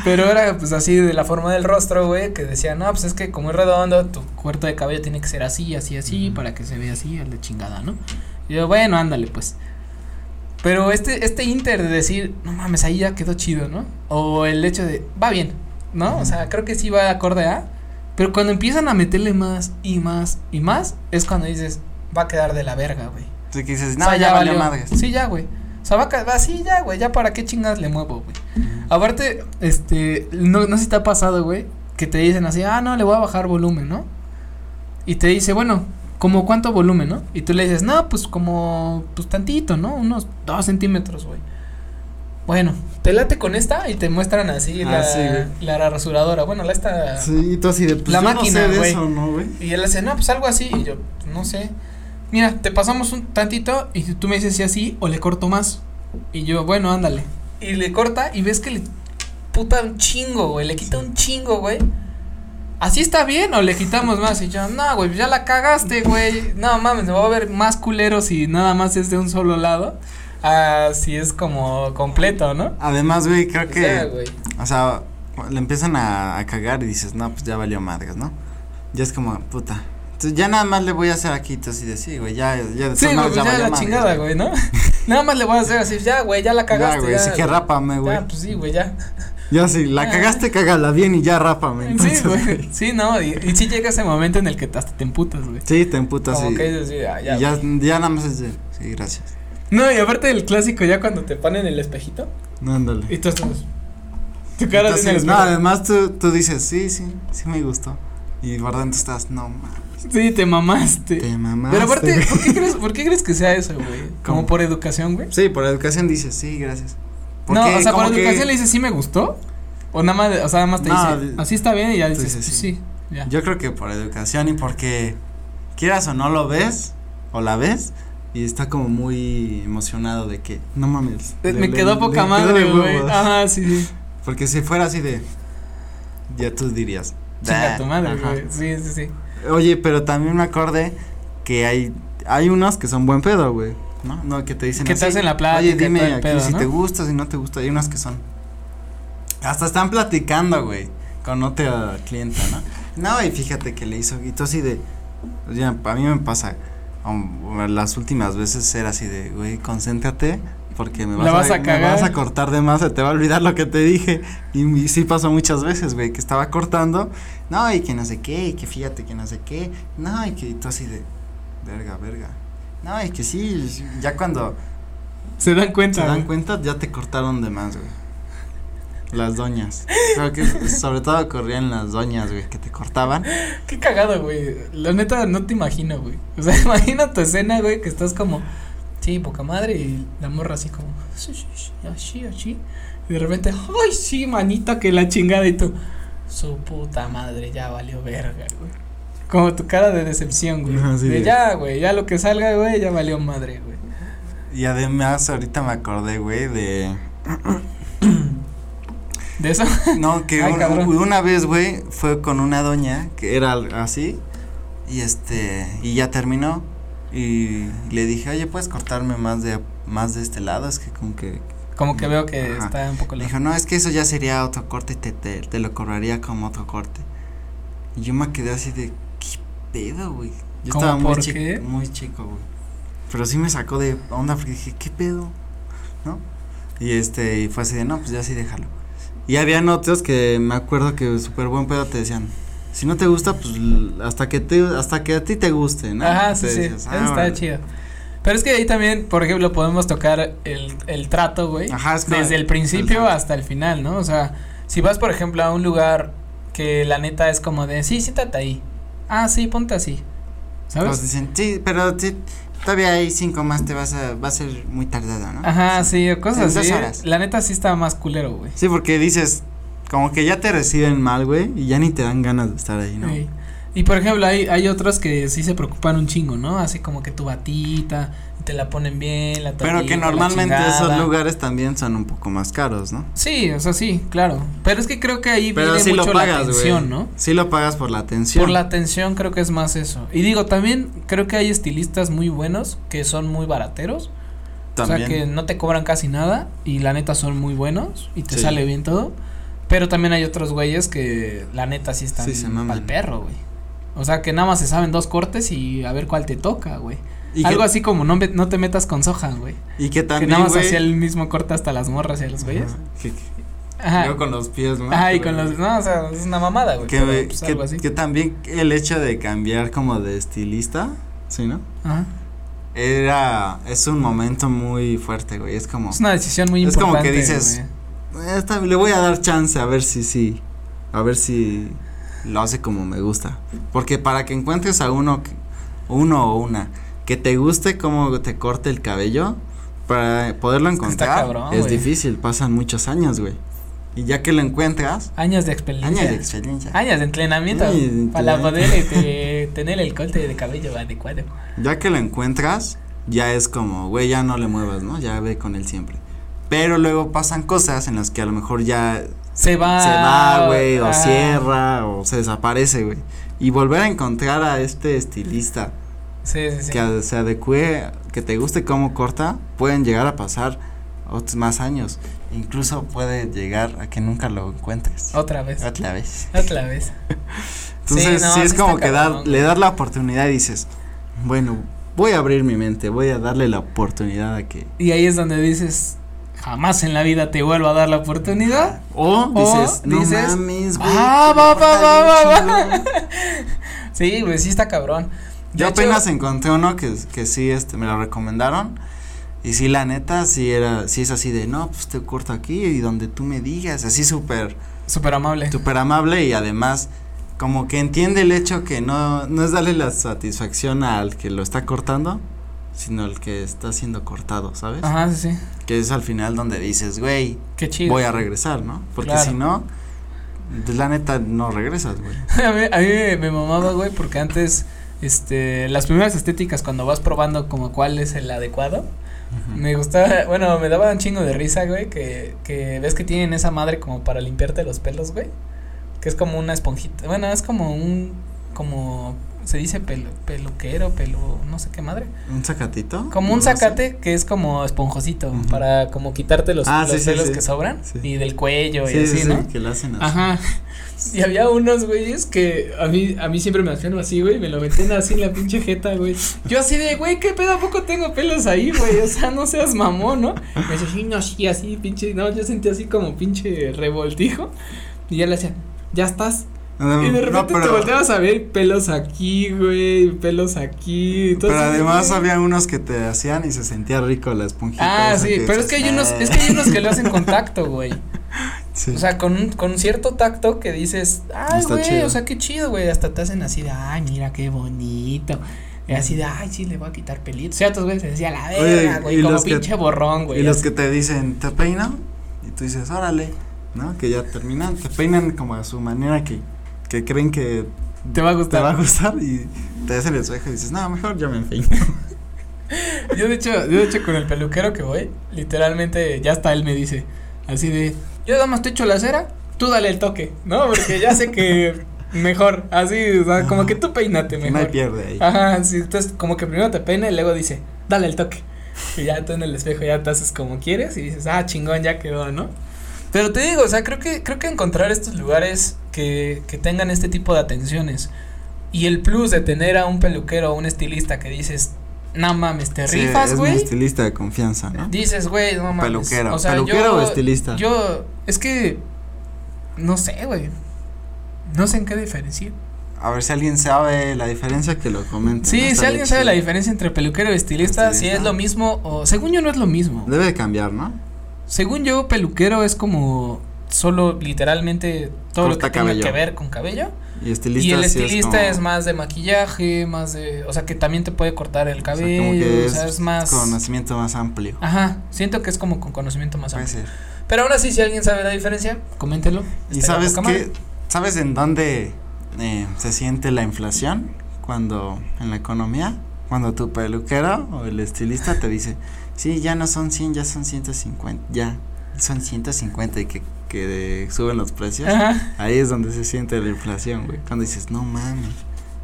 [SPEAKER 3] Pero era pues así de la forma del rostro, güey, que decía, no, pues es que como es redondo, tu cuarto de cabello tiene que ser así, así, así, para que se vea así, a la chingada, ¿no? Y yo, bueno, ándale, pues. Pero este, este inter de decir, no mames, ahí ya quedó chido, ¿no? O el hecho de, va bien, ¿no? O sea, creo que sí va acorde a. Pero cuando empiezan a meterle más y más y más, es cuando dices, va a quedar de la verga, güey.
[SPEAKER 1] Tú que dices,
[SPEAKER 3] O
[SPEAKER 1] no,
[SPEAKER 3] sea,
[SPEAKER 1] ya, valió
[SPEAKER 3] valió.
[SPEAKER 1] madres.
[SPEAKER 3] Sí, ya, güey. O sea, va, a ca- va sí, ya, güey. Ya para qué chingas le muevo, güey. Aparte, este, no, no sé si te ha pasado, güey, que te dicen así, ah, no, le voy a bajar volumen, ¿no? Y te dice, bueno, como cuánto volumen, ¿no? Y tú le dices, no, pues como, pues tantito, ¿no? Unos dos centímetros, güey. Bueno, te late con esta y te muestran así
[SPEAKER 1] Ah,
[SPEAKER 3] la,
[SPEAKER 1] sí,
[SPEAKER 3] la rasuradora. Bueno, la esta.
[SPEAKER 1] Sí, y tú así de, pues
[SPEAKER 3] La
[SPEAKER 1] yo
[SPEAKER 3] máquina,
[SPEAKER 1] no sé de
[SPEAKER 3] güey.
[SPEAKER 1] eso, ¿no, güey?
[SPEAKER 3] Y él hace, no, pues algo así. Y yo, no sé. Mira, te pasamos un tantito y tú me dices si así o le corto más. Y yo, bueno, ándale. Y le corta y ves que le puta un chingo, güey. Le quita un chingo, güey. ¿Así está bien o le quitamos más? Y yo, no, güey, ya la cagaste, güey. No mames, me va a ver más culero si nada más es de un solo lado. Ah, si es como completo, ¿no?
[SPEAKER 1] Además, güey, creo
[SPEAKER 3] O
[SPEAKER 1] que.
[SPEAKER 3] sea, güey.
[SPEAKER 1] O sea, le empiezan a, a cagar y dices, no, pues ya valió madres, ¿no? Ya es como, puta. Entonces ya nada más le voy a hacer aquí, tú así de sí, güey, ya, ya de
[SPEAKER 3] Sí,
[SPEAKER 1] todas
[SPEAKER 3] güey,
[SPEAKER 1] maneras
[SPEAKER 3] pues ya
[SPEAKER 1] valió
[SPEAKER 3] la
[SPEAKER 1] madres,
[SPEAKER 3] chingada, güey, ¿no? Nada más le voy a hacer así, ya, güey, ya la cagaste.
[SPEAKER 1] Ya, güey, así que
[SPEAKER 3] güey.
[SPEAKER 1] rápame, güey.
[SPEAKER 3] Ah, pues sí, güey, ya.
[SPEAKER 1] Ya sí, la
[SPEAKER 3] Ah.
[SPEAKER 1] cagaste, cágala bien y ya rápame. Entonces,
[SPEAKER 3] sí, güey.
[SPEAKER 1] güey.
[SPEAKER 3] Sí, no, y, y sí llega ese momento en el que hasta te emputas, güey.
[SPEAKER 1] Sí, te emputas
[SPEAKER 3] Como
[SPEAKER 1] y,
[SPEAKER 3] que dices, sí, ah, ya,
[SPEAKER 1] y ya,
[SPEAKER 3] güey.
[SPEAKER 1] ya nada más es de, sí, gracias.
[SPEAKER 3] No, y aparte del clásico, ya cuando te ponen el espejito
[SPEAKER 1] No, ándale.
[SPEAKER 3] y tú estás. Tu cara
[SPEAKER 1] Entonces,
[SPEAKER 3] en el
[SPEAKER 1] no,
[SPEAKER 3] espejo.
[SPEAKER 1] además tú, tú dices, sí, sí, sí me gustó. Y guardando estás, no, ma,
[SPEAKER 3] Sí, te mamaste.
[SPEAKER 1] te mamaste.
[SPEAKER 3] Pero aparte,
[SPEAKER 1] güey.
[SPEAKER 3] ¿por qué, crees, ¿por qué crees que sea eso, güey? ¿Como
[SPEAKER 1] ¿Cómo?
[SPEAKER 3] por educación, güey?
[SPEAKER 1] Sí, por educación dices, sí, gracias.
[SPEAKER 3] No,
[SPEAKER 1] Porque
[SPEAKER 3] o sea, por
[SPEAKER 1] como que-
[SPEAKER 3] educación le dices, sí me gustó. O nada más, o sea, nada más te
[SPEAKER 1] No,
[SPEAKER 3] dice,
[SPEAKER 1] di-
[SPEAKER 3] así está bien, y ya
[SPEAKER 1] tú
[SPEAKER 3] dices,
[SPEAKER 1] dices,
[SPEAKER 3] "Pues
[SPEAKER 1] sí".
[SPEAKER 3] sí, ya.
[SPEAKER 1] Yo creo que por educación y porque quieras o no lo ves o la ves y está como muy emocionado de que no mames. le-
[SPEAKER 3] Eh, me
[SPEAKER 1] le-
[SPEAKER 3] quedó poca
[SPEAKER 1] le quedó de
[SPEAKER 3] madre, güey.
[SPEAKER 1] huevos.
[SPEAKER 3] Ajá, sí, sí.
[SPEAKER 1] Porque si fuera así de ya tú dirías.
[SPEAKER 3] Chinga
[SPEAKER 1] "Bah".
[SPEAKER 3] tu madre,
[SPEAKER 1] Ajá.
[SPEAKER 3] güey. Sí, sí, sí.
[SPEAKER 1] Oye, pero también me acordé que hay hay unos que son buen pedo, güey. ¿No? No, que te dicen
[SPEAKER 3] Que te
[SPEAKER 1] así,
[SPEAKER 3] hacen la plática y
[SPEAKER 1] Oye, dime
[SPEAKER 3] todo el
[SPEAKER 1] aquí
[SPEAKER 3] pedo,
[SPEAKER 1] si
[SPEAKER 3] ¿no?
[SPEAKER 1] te gusta, si no te gusta. Hay unos que son hasta están platicando, güey, con otra clienta, ¿no? No, y fíjate que le hizo y tú así de Pues ya a mí me pasa um, las últimas veces era así de, güey, concéntrate porque me
[SPEAKER 3] La
[SPEAKER 1] vas,
[SPEAKER 3] vas a
[SPEAKER 1] me
[SPEAKER 3] cagar.
[SPEAKER 1] vas a cortar de más, se te va a olvidar lo que te dije. Y, y sí pasó muchas veces, güey, que estaba cortando, no, y que no sé qué, y que fíjate que no sé qué, no, y que y tú así de, verga, verga. No, y que sí, ya cuando
[SPEAKER 3] Se dan cuenta.
[SPEAKER 1] se dan
[SPEAKER 3] güey.
[SPEAKER 1] cuenta, ya te cortaron de más, güey. Las doñas. Creo que sobre todo ocurrían las doñas, güey, que te cortaban.
[SPEAKER 3] Qué cagado, güey. La neta no te imagino, güey. O sea, imagina tu escena, güey, que estás como, sí, poca madre, y la morra así como, sí, sí, sí, así, así. Y de repente, ay, sí, manita, que la chingada, y tú, su puta madre, ya valió verga, güey. Como tu cara de decepción, güey.
[SPEAKER 1] Ajá, sí,
[SPEAKER 3] de
[SPEAKER 1] de-
[SPEAKER 3] ya, güey, ya lo que salga, güey, ya valió madre, güey.
[SPEAKER 1] Y además ahorita me acordé, güey, de
[SPEAKER 3] De eso,
[SPEAKER 1] No, que
[SPEAKER 3] Ay,
[SPEAKER 1] un-
[SPEAKER 3] cabrón.
[SPEAKER 1] una vez, güey, fue con una doña que era al- así y este y ya terminó y le dije, "Oye, ¿puedes cortarme más de más de este lado? Es que como que
[SPEAKER 3] como que veo que
[SPEAKER 1] Ajá.
[SPEAKER 3] está un poco
[SPEAKER 1] le
[SPEAKER 3] lejos.
[SPEAKER 1] dijo, "No, es que eso ya sería otro corte y te, te, te lo cobraría como otro corte." Y yo me quedé así de, "¿Qué pedo, güey?" Yo
[SPEAKER 3] ¿Cómo
[SPEAKER 1] estaba muy
[SPEAKER 3] por
[SPEAKER 1] chico,
[SPEAKER 3] qué?
[SPEAKER 1] muy chico, güey. Pero sí me sacó de onda porque dije, "¿Qué pedo?" ¿No? Y este, y fue así de, no, pues ya sí déjalo. Y habían otros que me acuerdo que súper buen pedo te decían, si no te gusta, pues l- hasta que te, hasta que a ti te guste, ¿no?
[SPEAKER 3] Ajá, sí,
[SPEAKER 1] Te
[SPEAKER 3] sí.
[SPEAKER 1] decías, "Ah,
[SPEAKER 3] Eso está
[SPEAKER 1] órale".
[SPEAKER 3] chido. Pero es que ahí también, por ejemplo, podemos tocar el, el trato, güey.
[SPEAKER 1] Ajá, es como-
[SPEAKER 3] Desde el principio
[SPEAKER 1] trato.
[SPEAKER 3] hasta el final, ¿no? O sea, si vas, por ejemplo, a un lugar que la neta es como de, sí, siéntate ahí. Ah, sí, ponte así.
[SPEAKER 1] Todos
[SPEAKER 3] ¿Sabes?
[SPEAKER 1] dicen, sí, pero sí, todavía hay cinco más, te vas a, va a ser muy tardado, ¿no?
[SPEAKER 3] Ajá, sí, o
[SPEAKER 1] En
[SPEAKER 3] cosas
[SPEAKER 1] dos
[SPEAKER 3] así.
[SPEAKER 1] horas.
[SPEAKER 3] La neta sí está más culero, güey.
[SPEAKER 1] Sí, porque dices, como que ya te reciben mal, güey, y ya ni te dan ganas de estar ahí, ¿no?
[SPEAKER 3] Sí. Y por ejemplo, hay, hay otros que sí se preocupan un chingo, ¿no? Así como que tu batita, te la ponen bien, la
[SPEAKER 1] Pero
[SPEAKER 3] tapita,
[SPEAKER 1] que
[SPEAKER 3] la
[SPEAKER 1] normalmente esos
[SPEAKER 3] chingada.
[SPEAKER 1] lugares también son un poco más caros, ¿no?
[SPEAKER 3] Sí, o sea, sí, claro. Pero es que creo que ahí
[SPEAKER 1] Pero
[SPEAKER 3] viene
[SPEAKER 1] sí
[SPEAKER 3] mucho
[SPEAKER 1] lo
[SPEAKER 3] la
[SPEAKER 1] pagas, güey.
[SPEAKER 3] atención, ¿no?
[SPEAKER 1] Sí lo pagas por la atención.
[SPEAKER 3] Por la atención creo que es más eso. Y digo, también creo que hay estilistas muy buenos que son muy barateros.
[SPEAKER 1] También.
[SPEAKER 3] O sea, que no te cobran casi nada y la neta son muy buenos y te
[SPEAKER 1] Sí.
[SPEAKER 3] sale bien todo. Pero también hay otros güeyes que la neta sí están
[SPEAKER 1] Sí, se maman.
[SPEAKER 3] al perro, güey. O sea, que nada más se saben dos cortes y a ver cuál te toca, güey.
[SPEAKER 1] Y que-
[SPEAKER 3] Algo así como no, me- no te metas con soja, güey.
[SPEAKER 1] Y que
[SPEAKER 3] Que
[SPEAKER 1] también.
[SPEAKER 3] nada más
[SPEAKER 1] güey,
[SPEAKER 3] hacía el mismo corte hasta las morras y a los güeyes.
[SPEAKER 1] Ajá, que- que-
[SPEAKER 3] Ajá.
[SPEAKER 1] luego con los pies, ¿no?
[SPEAKER 3] Ajá, y con los. No, o sea, es una mamada, güey.
[SPEAKER 1] Que,
[SPEAKER 3] pero,
[SPEAKER 1] güey,
[SPEAKER 3] pues,
[SPEAKER 1] que-
[SPEAKER 3] algo así.
[SPEAKER 1] que también el hecho de cambiar como de estilista, ¿sí, no?
[SPEAKER 3] Ajá.
[SPEAKER 1] Era. Es un momento muy fuerte, güey. Es como.
[SPEAKER 3] Es una decisión muy
[SPEAKER 1] Es como
[SPEAKER 3] importante.
[SPEAKER 1] que dices,
[SPEAKER 3] güey.
[SPEAKER 1] "Esta le voy a dar chance a ver si sí. A ver si lo hace como me gusta. Porque para que encuentres a uno que, uno o una, que te guste cómo te corte el cabello, para poderlo
[SPEAKER 3] que
[SPEAKER 1] encontrar
[SPEAKER 3] está cabrón,
[SPEAKER 1] es
[SPEAKER 3] güey.
[SPEAKER 1] difícil, pasan muchos años, güey. Y ya que lo encuentras,
[SPEAKER 3] Años de experiencia.
[SPEAKER 1] años de experiencia.
[SPEAKER 3] Años de entrenamiento
[SPEAKER 1] Años de
[SPEAKER 3] para
[SPEAKER 1] entrenamiento.
[SPEAKER 3] poder este, tener el corte de cabello adecuado.
[SPEAKER 1] Ya que lo encuentras, ya es como, güey, ya no le muevas, ¿no? Ya ve con él siempre. Pero luego pasan cosas en las que a lo mejor ya
[SPEAKER 3] Se va.
[SPEAKER 1] se va, güey, o
[SPEAKER 3] ah,
[SPEAKER 1] cierra, o se desaparece, güey. Y volver a encontrar a este estilista
[SPEAKER 3] Sí, sí, sí.
[SPEAKER 1] que a- se adecue, que te guste cómo corta, pueden llegar a pasar otros más años. Incluso puede llegar a que nunca lo encuentres.
[SPEAKER 3] Otra vez.
[SPEAKER 1] Otra vez.
[SPEAKER 3] Otra vez.
[SPEAKER 1] Entonces,
[SPEAKER 3] no,
[SPEAKER 1] sí es
[SPEAKER 3] sí está
[SPEAKER 1] como que dar-
[SPEAKER 3] cabrón,
[SPEAKER 1] le
[SPEAKER 3] güey.
[SPEAKER 1] das la oportunidad y dices, bueno, voy a abrir mi mente, voy a darle la oportunidad a que.
[SPEAKER 3] Y ahí es donde dices, jamás en la vida te vuelvo a dar la oportunidad.
[SPEAKER 1] O
[SPEAKER 3] O
[SPEAKER 1] dices, no
[SPEAKER 3] dices,
[SPEAKER 1] mames, güey.
[SPEAKER 3] "Va, va, va,
[SPEAKER 1] está bien
[SPEAKER 3] va, va,
[SPEAKER 1] chido".
[SPEAKER 3] Sí, güey, sí está cabrón. De
[SPEAKER 1] Yo
[SPEAKER 3] hecho,
[SPEAKER 1] apenas encontré uno que, que sí este, me lo recomendaron. Y sí, la neta, sí era, sí es así de, no, pues te corto aquí y donde tú me digas, así súper,
[SPEAKER 3] Súper amable.
[SPEAKER 1] súper amable y además como que entiende el hecho que no, no es darle la satisfacción al que lo está cortando, sino al que está siendo cortado, ¿sabes?
[SPEAKER 3] Ajá, sí, sí.
[SPEAKER 1] Que es al final donde dices, güey,
[SPEAKER 3] Qué chido.
[SPEAKER 1] voy a regresar, ¿no? Porque
[SPEAKER 3] Claro.
[SPEAKER 1] si no, pues, la neta, no regresas, güey.
[SPEAKER 3] A mí, a mí me- me mamaba, güey, porque antes, este, las primeras estéticas cuando vas probando como cuál es el adecuado, me gustaba, bueno, me daba un chingo de risa, güey, que, que ves que tienen esa madre como para limpiarte los pelos, güey, que es como una esponjita, bueno, es como un, como, se dice pelo, peluquero, pelo, no sé qué madre,
[SPEAKER 1] ¿Un sacatito?
[SPEAKER 3] como un
[SPEAKER 1] No sé.
[SPEAKER 3] sacate que es como esponjosito,
[SPEAKER 1] Ujú.
[SPEAKER 3] para como quitarte los,
[SPEAKER 1] Ah,
[SPEAKER 3] los
[SPEAKER 1] sí, sí,
[SPEAKER 3] pelos
[SPEAKER 1] sí.
[SPEAKER 3] que sobran
[SPEAKER 1] Sí.
[SPEAKER 3] y del cuello y
[SPEAKER 1] Sí,
[SPEAKER 3] así,
[SPEAKER 1] sí, sí,
[SPEAKER 3] ¿no?
[SPEAKER 1] que le hacen así.
[SPEAKER 3] Ajá. Y había unos güeyes que a mí, a mí siempre me hacían así, güey. Me lo metían así en la pinche jeta, güey. Yo así de, güey, ¿qué pedo? ¿A poco tengo pelos ahí, güey? O sea, no seas mamón, ¿no? Me decía, sí, no, sí, así, pinche. No, yo sentí así como pinche revoltijo. Y ya le hacían, ya estás.
[SPEAKER 1] No,
[SPEAKER 3] y de repente
[SPEAKER 1] no,
[SPEAKER 3] te
[SPEAKER 1] pero,
[SPEAKER 3] volteabas a ver pelos aquí, güey. Pelos aquí.
[SPEAKER 1] pero
[SPEAKER 3] Entonces,
[SPEAKER 1] además
[SPEAKER 3] güey,
[SPEAKER 1] había unos que te hacían y se sentía rico la esponjita.
[SPEAKER 3] Ah,
[SPEAKER 1] esa
[SPEAKER 3] sí, pero es que hay
[SPEAKER 1] dices,
[SPEAKER 3] unos,
[SPEAKER 1] "Eh".
[SPEAKER 3] es que hay unos que lo hacen con tacto, güey.
[SPEAKER 1] Sí.
[SPEAKER 3] O sea, con, un- con cierto tacto que dices, ay,
[SPEAKER 1] Está
[SPEAKER 3] güey,
[SPEAKER 1] chido.
[SPEAKER 3] o sea, qué chido, güey. Hasta te hacen así de, ay, mira qué bonito. Y así de, ay, sí, le voy a quitar pelitos. Ciertos güeyes se decía, la
[SPEAKER 1] Oye,
[SPEAKER 3] verga,
[SPEAKER 1] y
[SPEAKER 3] güey, como
[SPEAKER 1] los que-
[SPEAKER 3] pinche borrón, güey.
[SPEAKER 1] y los
[SPEAKER 3] así.
[SPEAKER 1] que te dicen, te peinan, y tú dices, órale, ¿no? Que ya terminan, te peinan como a su manera que, que creen que
[SPEAKER 3] Te va a
[SPEAKER 1] te
[SPEAKER 3] gustar.
[SPEAKER 1] va a gustar y te ves en el espejo y dices, no, mejor yo me peino.
[SPEAKER 3] Yo, de hecho, yo, de hecho, con el peluquero que voy, literalmente, ya hasta él me dice, así de, yo nada más te echo la cera, tú dale el toque, ¿no? Porque ya sé que mejor, así, o sea, como que tú peínate
[SPEAKER 1] No hay
[SPEAKER 3] mejor.
[SPEAKER 1] pierde ahí.
[SPEAKER 3] Ajá, sí, entonces como que primero te peina y luego dice, dale el toque. Y ya tú en el espejo ya te haces como quieres y dices, ah, chingón, ya quedó, ¿no? Pero te digo, o sea, creo que, creo que encontrar estos lugares que, que tengan este tipo de atenciones y el plus de tener a un peluquero o un estilista que dices, no mames, te
[SPEAKER 1] Sí,
[SPEAKER 3] rifas,
[SPEAKER 1] es
[SPEAKER 3] güey.
[SPEAKER 1] mi estilista de confianza, ¿no?
[SPEAKER 3] Dices, güey, no mames.
[SPEAKER 1] Peluquero, peluquero o estilista.
[SPEAKER 3] Yo, es que, no sé, güey. No sé en qué diferenciar.
[SPEAKER 1] A ver si alguien sabe la diferencia que lo comente. ¿no?
[SPEAKER 3] Sí, si
[SPEAKER 1] Estaría
[SPEAKER 3] alguien sabe la
[SPEAKER 1] chido.
[SPEAKER 3] diferencia entre peluquero y estilista, si
[SPEAKER 1] Estilista.
[SPEAKER 3] es lo mismo o según yo no es lo mismo.
[SPEAKER 1] Debe de cambiar, ¿no?
[SPEAKER 3] Según yo, peluquero es como solo literalmente todo lo
[SPEAKER 1] Corta
[SPEAKER 3] que tenga
[SPEAKER 1] cabello.
[SPEAKER 3] que ver con cabello.
[SPEAKER 1] Y estilista
[SPEAKER 3] y el
[SPEAKER 1] sí
[SPEAKER 3] estilista
[SPEAKER 1] como-
[SPEAKER 3] es, más de maquillaje, más de, o sea, que también te puede cortar el
[SPEAKER 1] sea, como
[SPEAKER 3] cabello, o sea,
[SPEAKER 1] que
[SPEAKER 3] es, más
[SPEAKER 1] conocimiento más amplio.
[SPEAKER 3] Ajá, siento que es como con conocimiento más
[SPEAKER 1] Puede
[SPEAKER 3] amplio.
[SPEAKER 1] ser.
[SPEAKER 3] Pero ahora sí, si alguien sabe la diferencia, coméntelo.
[SPEAKER 1] ¿Y
[SPEAKER 3] Estaría
[SPEAKER 1] sabes
[SPEAKER 3] poca
[SPEAKER 1] qué?
[SPEAKER 3] madre.
[SPEAKER 1] ¿Sabes en dónde eh, se siente la inflación? Cuando en la economía, cuando tu peluquero o el estilista te dice, sí, ya no son 100, ya son 150, ya son 150 y que, que suben los precios.
[SPEAKER 3] Ajá.
[SPEAKER 1] Ahí es donde se siente la inflación, güey. Cuando dices, no mames.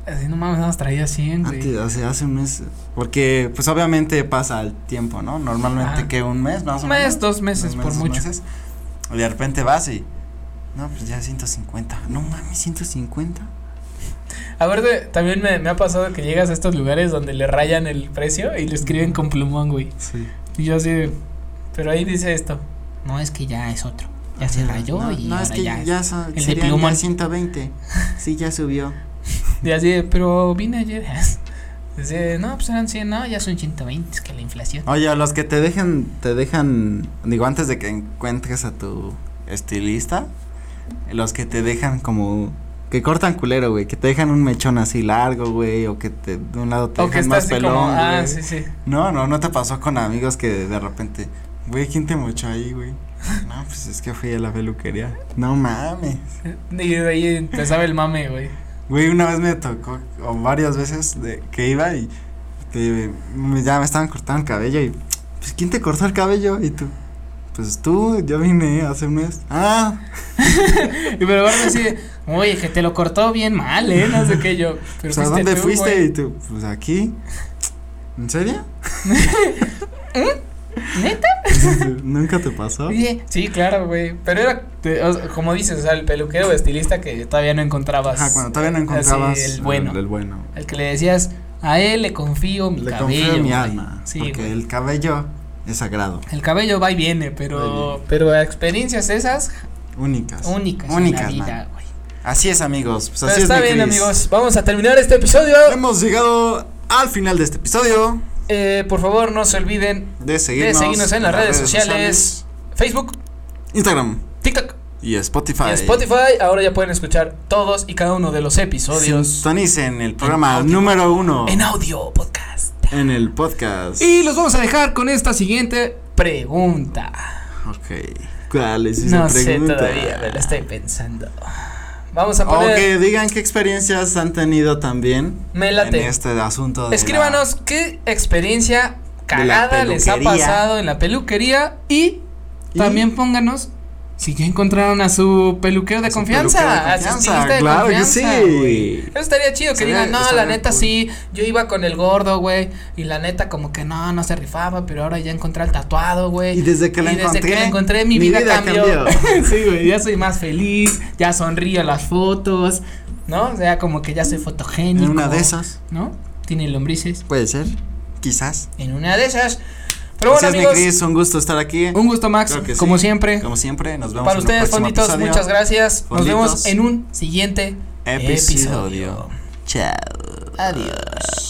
[SPEAKER 3] Así no mames, nada más traía 100, güey.
[SPEAKER 1] Antes, hace, hace un mes. Porque, pues obviamente pasa el tiempo, ¿no? Normalmente
[SPEAKER 3] Ajá.
[SPEAKER 1] que un mes, más o
[SPEAKER 3] Un
[SPEAKER 1] menos.
[SPEAKER 3] mes, dos meses,
[SPEAKER 1] Dos
[SPEAKER 3] por
[SPEAKER 1] meses,
[SPEAKER 3] mucho.
[SPEAKER 1] meses, y de repente vas y. No, pues ya 150. No mames, 150.
[SPEAKER 3] A ver, de- también me, me ha pasado que llegas a estos lugares donde le rayan el precio y lo escriben con plumón, güey.
[SPEAKER 1] Sí.
[SPEAKER 3] Y yo así, de, pero ahí dice esto. No, es que ya es otro. Ya se rayó
[SPEAKER 1] no,
[SPEAKER 3] y
[SPEAKER 1] No,
[SPEAKER 3] ahora
[SPEAKER 1] es que
[SPEAKER 3] ya.
[SPEAKER 1] ya,
[SPEAKER 3] es-
[SPEAKER 1] son-
[SPEAKER 3] de
[SPEAKER 1] serían ya
[SPEAKER 3] plumón.
[SPEAKER 1] 120. Sí, ya subió.
[SPEAKER 3] Y así, de, pero vine ayer. Dice, no, pues eran 100, no, ya son 120, es que la inflación.
[SPEAKER 1] Oye, a los que te dejan, te dejan, digo, antes de que encuentres a tu estilista, los que te dejan como que cortan culero, güey, que te dejan un mechón así largo, güey, o que te, de un lado te
[SPEAKER 3] O que
[SPEAKER 1] dejan
[SPEAKER 3] está
[SPEAKER 1] más
[SPEAKER 3] así
[SPEAKER 1] pelón,
[SPEAKER 3] como, ah,
[SPEAKER 1] güey.
[SPEAKER 3] sí, sí.
[SPEAKER 1] No, no, no te pasó con amigos que de, de repente, güey, ¿quién te mochó ahí, güey? No, pues es que fui a la peluquería. No mames.
[SPEAKER 3] Y de ahí empezaba el mame, güey.
[SPEAKER 1] Güey, una vez me tocó, o varias veces de, que iba y que me- ya me estaban cortando el cabello y, pues, ¿quién te cortó el cabello? Y tú, pues tú, yo vine hace un mes. Ah,
[SPEAKER 3] Y me lo guardo así, de, oye, que te lo cortó bien mal, ¿eh? No sé qué yo. Pero
[SPEAKER 1] pues, ¿a
[SPEAKER 3] fuiste
[SPEAKER 1] dónde
[SPEAKER 3] tú,
[SPEAKER 1] fuiste?
[SPEAKER 3] güey.
[SPEAKER 1] Y tú, pues aquí. ¿En serio?
[SPEAKER 3] ¿Eh? ¿Neta?
[SPEAKER 1] ¿Nunca te pasó?
[SPEAKER 3] Oye, Sí, claro, güey. Pero era, te- o sea, como dices, o sea, el peluquero o estilista que todavía no encontrabas. eh,
[SPEAKER 1] Ajá, cuando todavía no
[SPEAKER 3] así,
[SPEAKER 1] encontrabas
[SPEAKER 3] el bueno.
[SPEAKER 1] El, bueno.
[SPEAKER 3] Al que le decías, a él le confío mi
[SPEAKER 1] Le
[SPEAKER 3] cabello.
[SPEAKER 1] confío en mi
[SPEAKER 3] güey".
[SPEAKER 1] alma,
[SPEAKER 3] Sí,
[SPEAKER 1] porque
[SPEAKER 3] güey.
[SPEAKER 1] el cabello es sagrado,
[SPEAKER 3] El cabello va y viene,
[SPEAKER 1] Va
[SPEAKER 3] pero, pero experiencias esas
[SPEAKER 1] únicas.
[SPEAKER 3] únicas. en la
[SPEAKER 1] Únicas, man.
[SPEAKER 3] vida, güey.
[SPEAKER 1] Así es, amigos. Pues
[SPEAKER 3] Pero
[SPEAKER 1] así
[SPEAKER 3] está
[SPEAKER 1] es mi
[SPEAKER 3] bien,
[SPEAKER 1] quiz.
[SPEAKER 3] amigos. Vamos a terminar este episodio.
[SPEAKER 1] Hemos llegado al final de este episodio.
[SPEAKER 3] Eh, por favor, no se olviden
[SPEAKER 1] De seguirnos,
[SPEAKER 3] de seguirnos en las redes, sociales, Facebook,
[SPEAKER 1] Instagram
[SPEAKER 3] TikTok
[SPEAKER 1] y Spotify.
[SPEAKER 3] y Spotify. Ahora ya pueden escuchar todos y cada uno de los episodios
[SPEAKER 1] Sintonicen el programa
[SPEAKER 3] audio.
[SPEAKER 1] número uno
[SPEAKER 3] en audio podcast.
[SPEAKER 1] en el podcast.
[SPEAKER 3] Y los vamos a dejar con esta siguiente pregunta.
[SPEAKER 1] Ok. ¿Cuál es esa
[SPEAKER 3] No sé
[SPEAKER 1] pregunta?
[SPEAKER 3] todavía, me la estoy pensando. Vamos a
[SPEAKER 1] O
[SPEAKER 3] poner.
[SPEAKER 1] que digan qué experiencias han tenido también
[SPEAKER 3] Me late.
[SPEAKER 1] en este asunto. de la-
[SPEAKER 3] Escríbanos qué experiencia
[SPEAKER 1] De la
[SPEAKER 3] cagada les ha
[SPEAKER 1] peluquería.
[SPEAKER 3] pasado en la peluquería y,
[SPEAKER 1] Y-
[SPEAKER 3] también pónganos si ya encontraron a su peluquero de
[SPEAKER 1] A su
[SPEAKER 3] confianza,
[SPEAKER 1] peluquero de
[SPEAKER 3] a su
[SPEAKER 1] confianza,
[SPEAKER 3] estilista de
[SPEAKER 1] claro que
[SPEAKER 3] confianza,
[SPEAKER 1] sí.
[SPEAKER 3] güey. Eso estaría chido que
[SPEAKER 1] Estaría-
[SPEAKER 3] digan, no,
[SPEAKER 1] estaría
[SPEAKER 3] la neta
[SPEAKER 1] cool.
[SPEAKER 3] sí, yo iba con el gordo, güey, y la neta como que no, no se rifaba, pero ahora ya encontré al tatuado, güey.
[SPEAKER 1] Y desde que la
[SPEAKER 3] Y desde
[SPEAKER 1] encontré,
[SPEAKER 3] que la encontré, mi,
[SPEAKER 1] mi
[SPEAKER 3] vida,
[SPEAKER 1] vida
[SPEAKER 3] cambió.
[SPEAKER 1] cambió.
[SPEAKER 3] sí, güey, ya soy más feliz, ya sonrío a las fotos, ¿no? O sea, como que ya soy
[SPEAKER 1] En
[SPEAKER 3] fotogénico.
[SPEAKER 1] una de esas.
[SPEAKER 3] ¿No? Tiene lombrices.
[SPEAKER 1] Puede ser. Quizás.
[SPEAKER 3] En una de esas. Pero
[SPEAKER 1] Así
[SPEAKER 3] bueno,
[SPEAKER 1] es, mi
[SPEAKER 3] amigos.
[SPEAKER 1] Cris, un gusto estar aquí.
[SPEAKER 3] Un gusto, Max.
[SPEAKER 1] Creo que sí.
[SPEAKER 3] Como siempre.
[SPEAKER 1] Como siempre, nos vemos
[SPEAKER 3] Para
[SPEAKER 1] en el
[SPEAKER 3] ustedes,
[SPEAKER 1] próximo
[SPEAKER 3] fonditos,
[SPEAKER 1] episodio.
[SPEAKER 3] muchas gracias. Nos
[SPEAKER 1] Fonditos.
[SPEAKER 3] vemos en un siguiente
[SPEAKER 1] Episodio.
[SPEAKER 3] episodio.
[SPEAKER 1] Chao.
[SPEAKER 3] Adiós.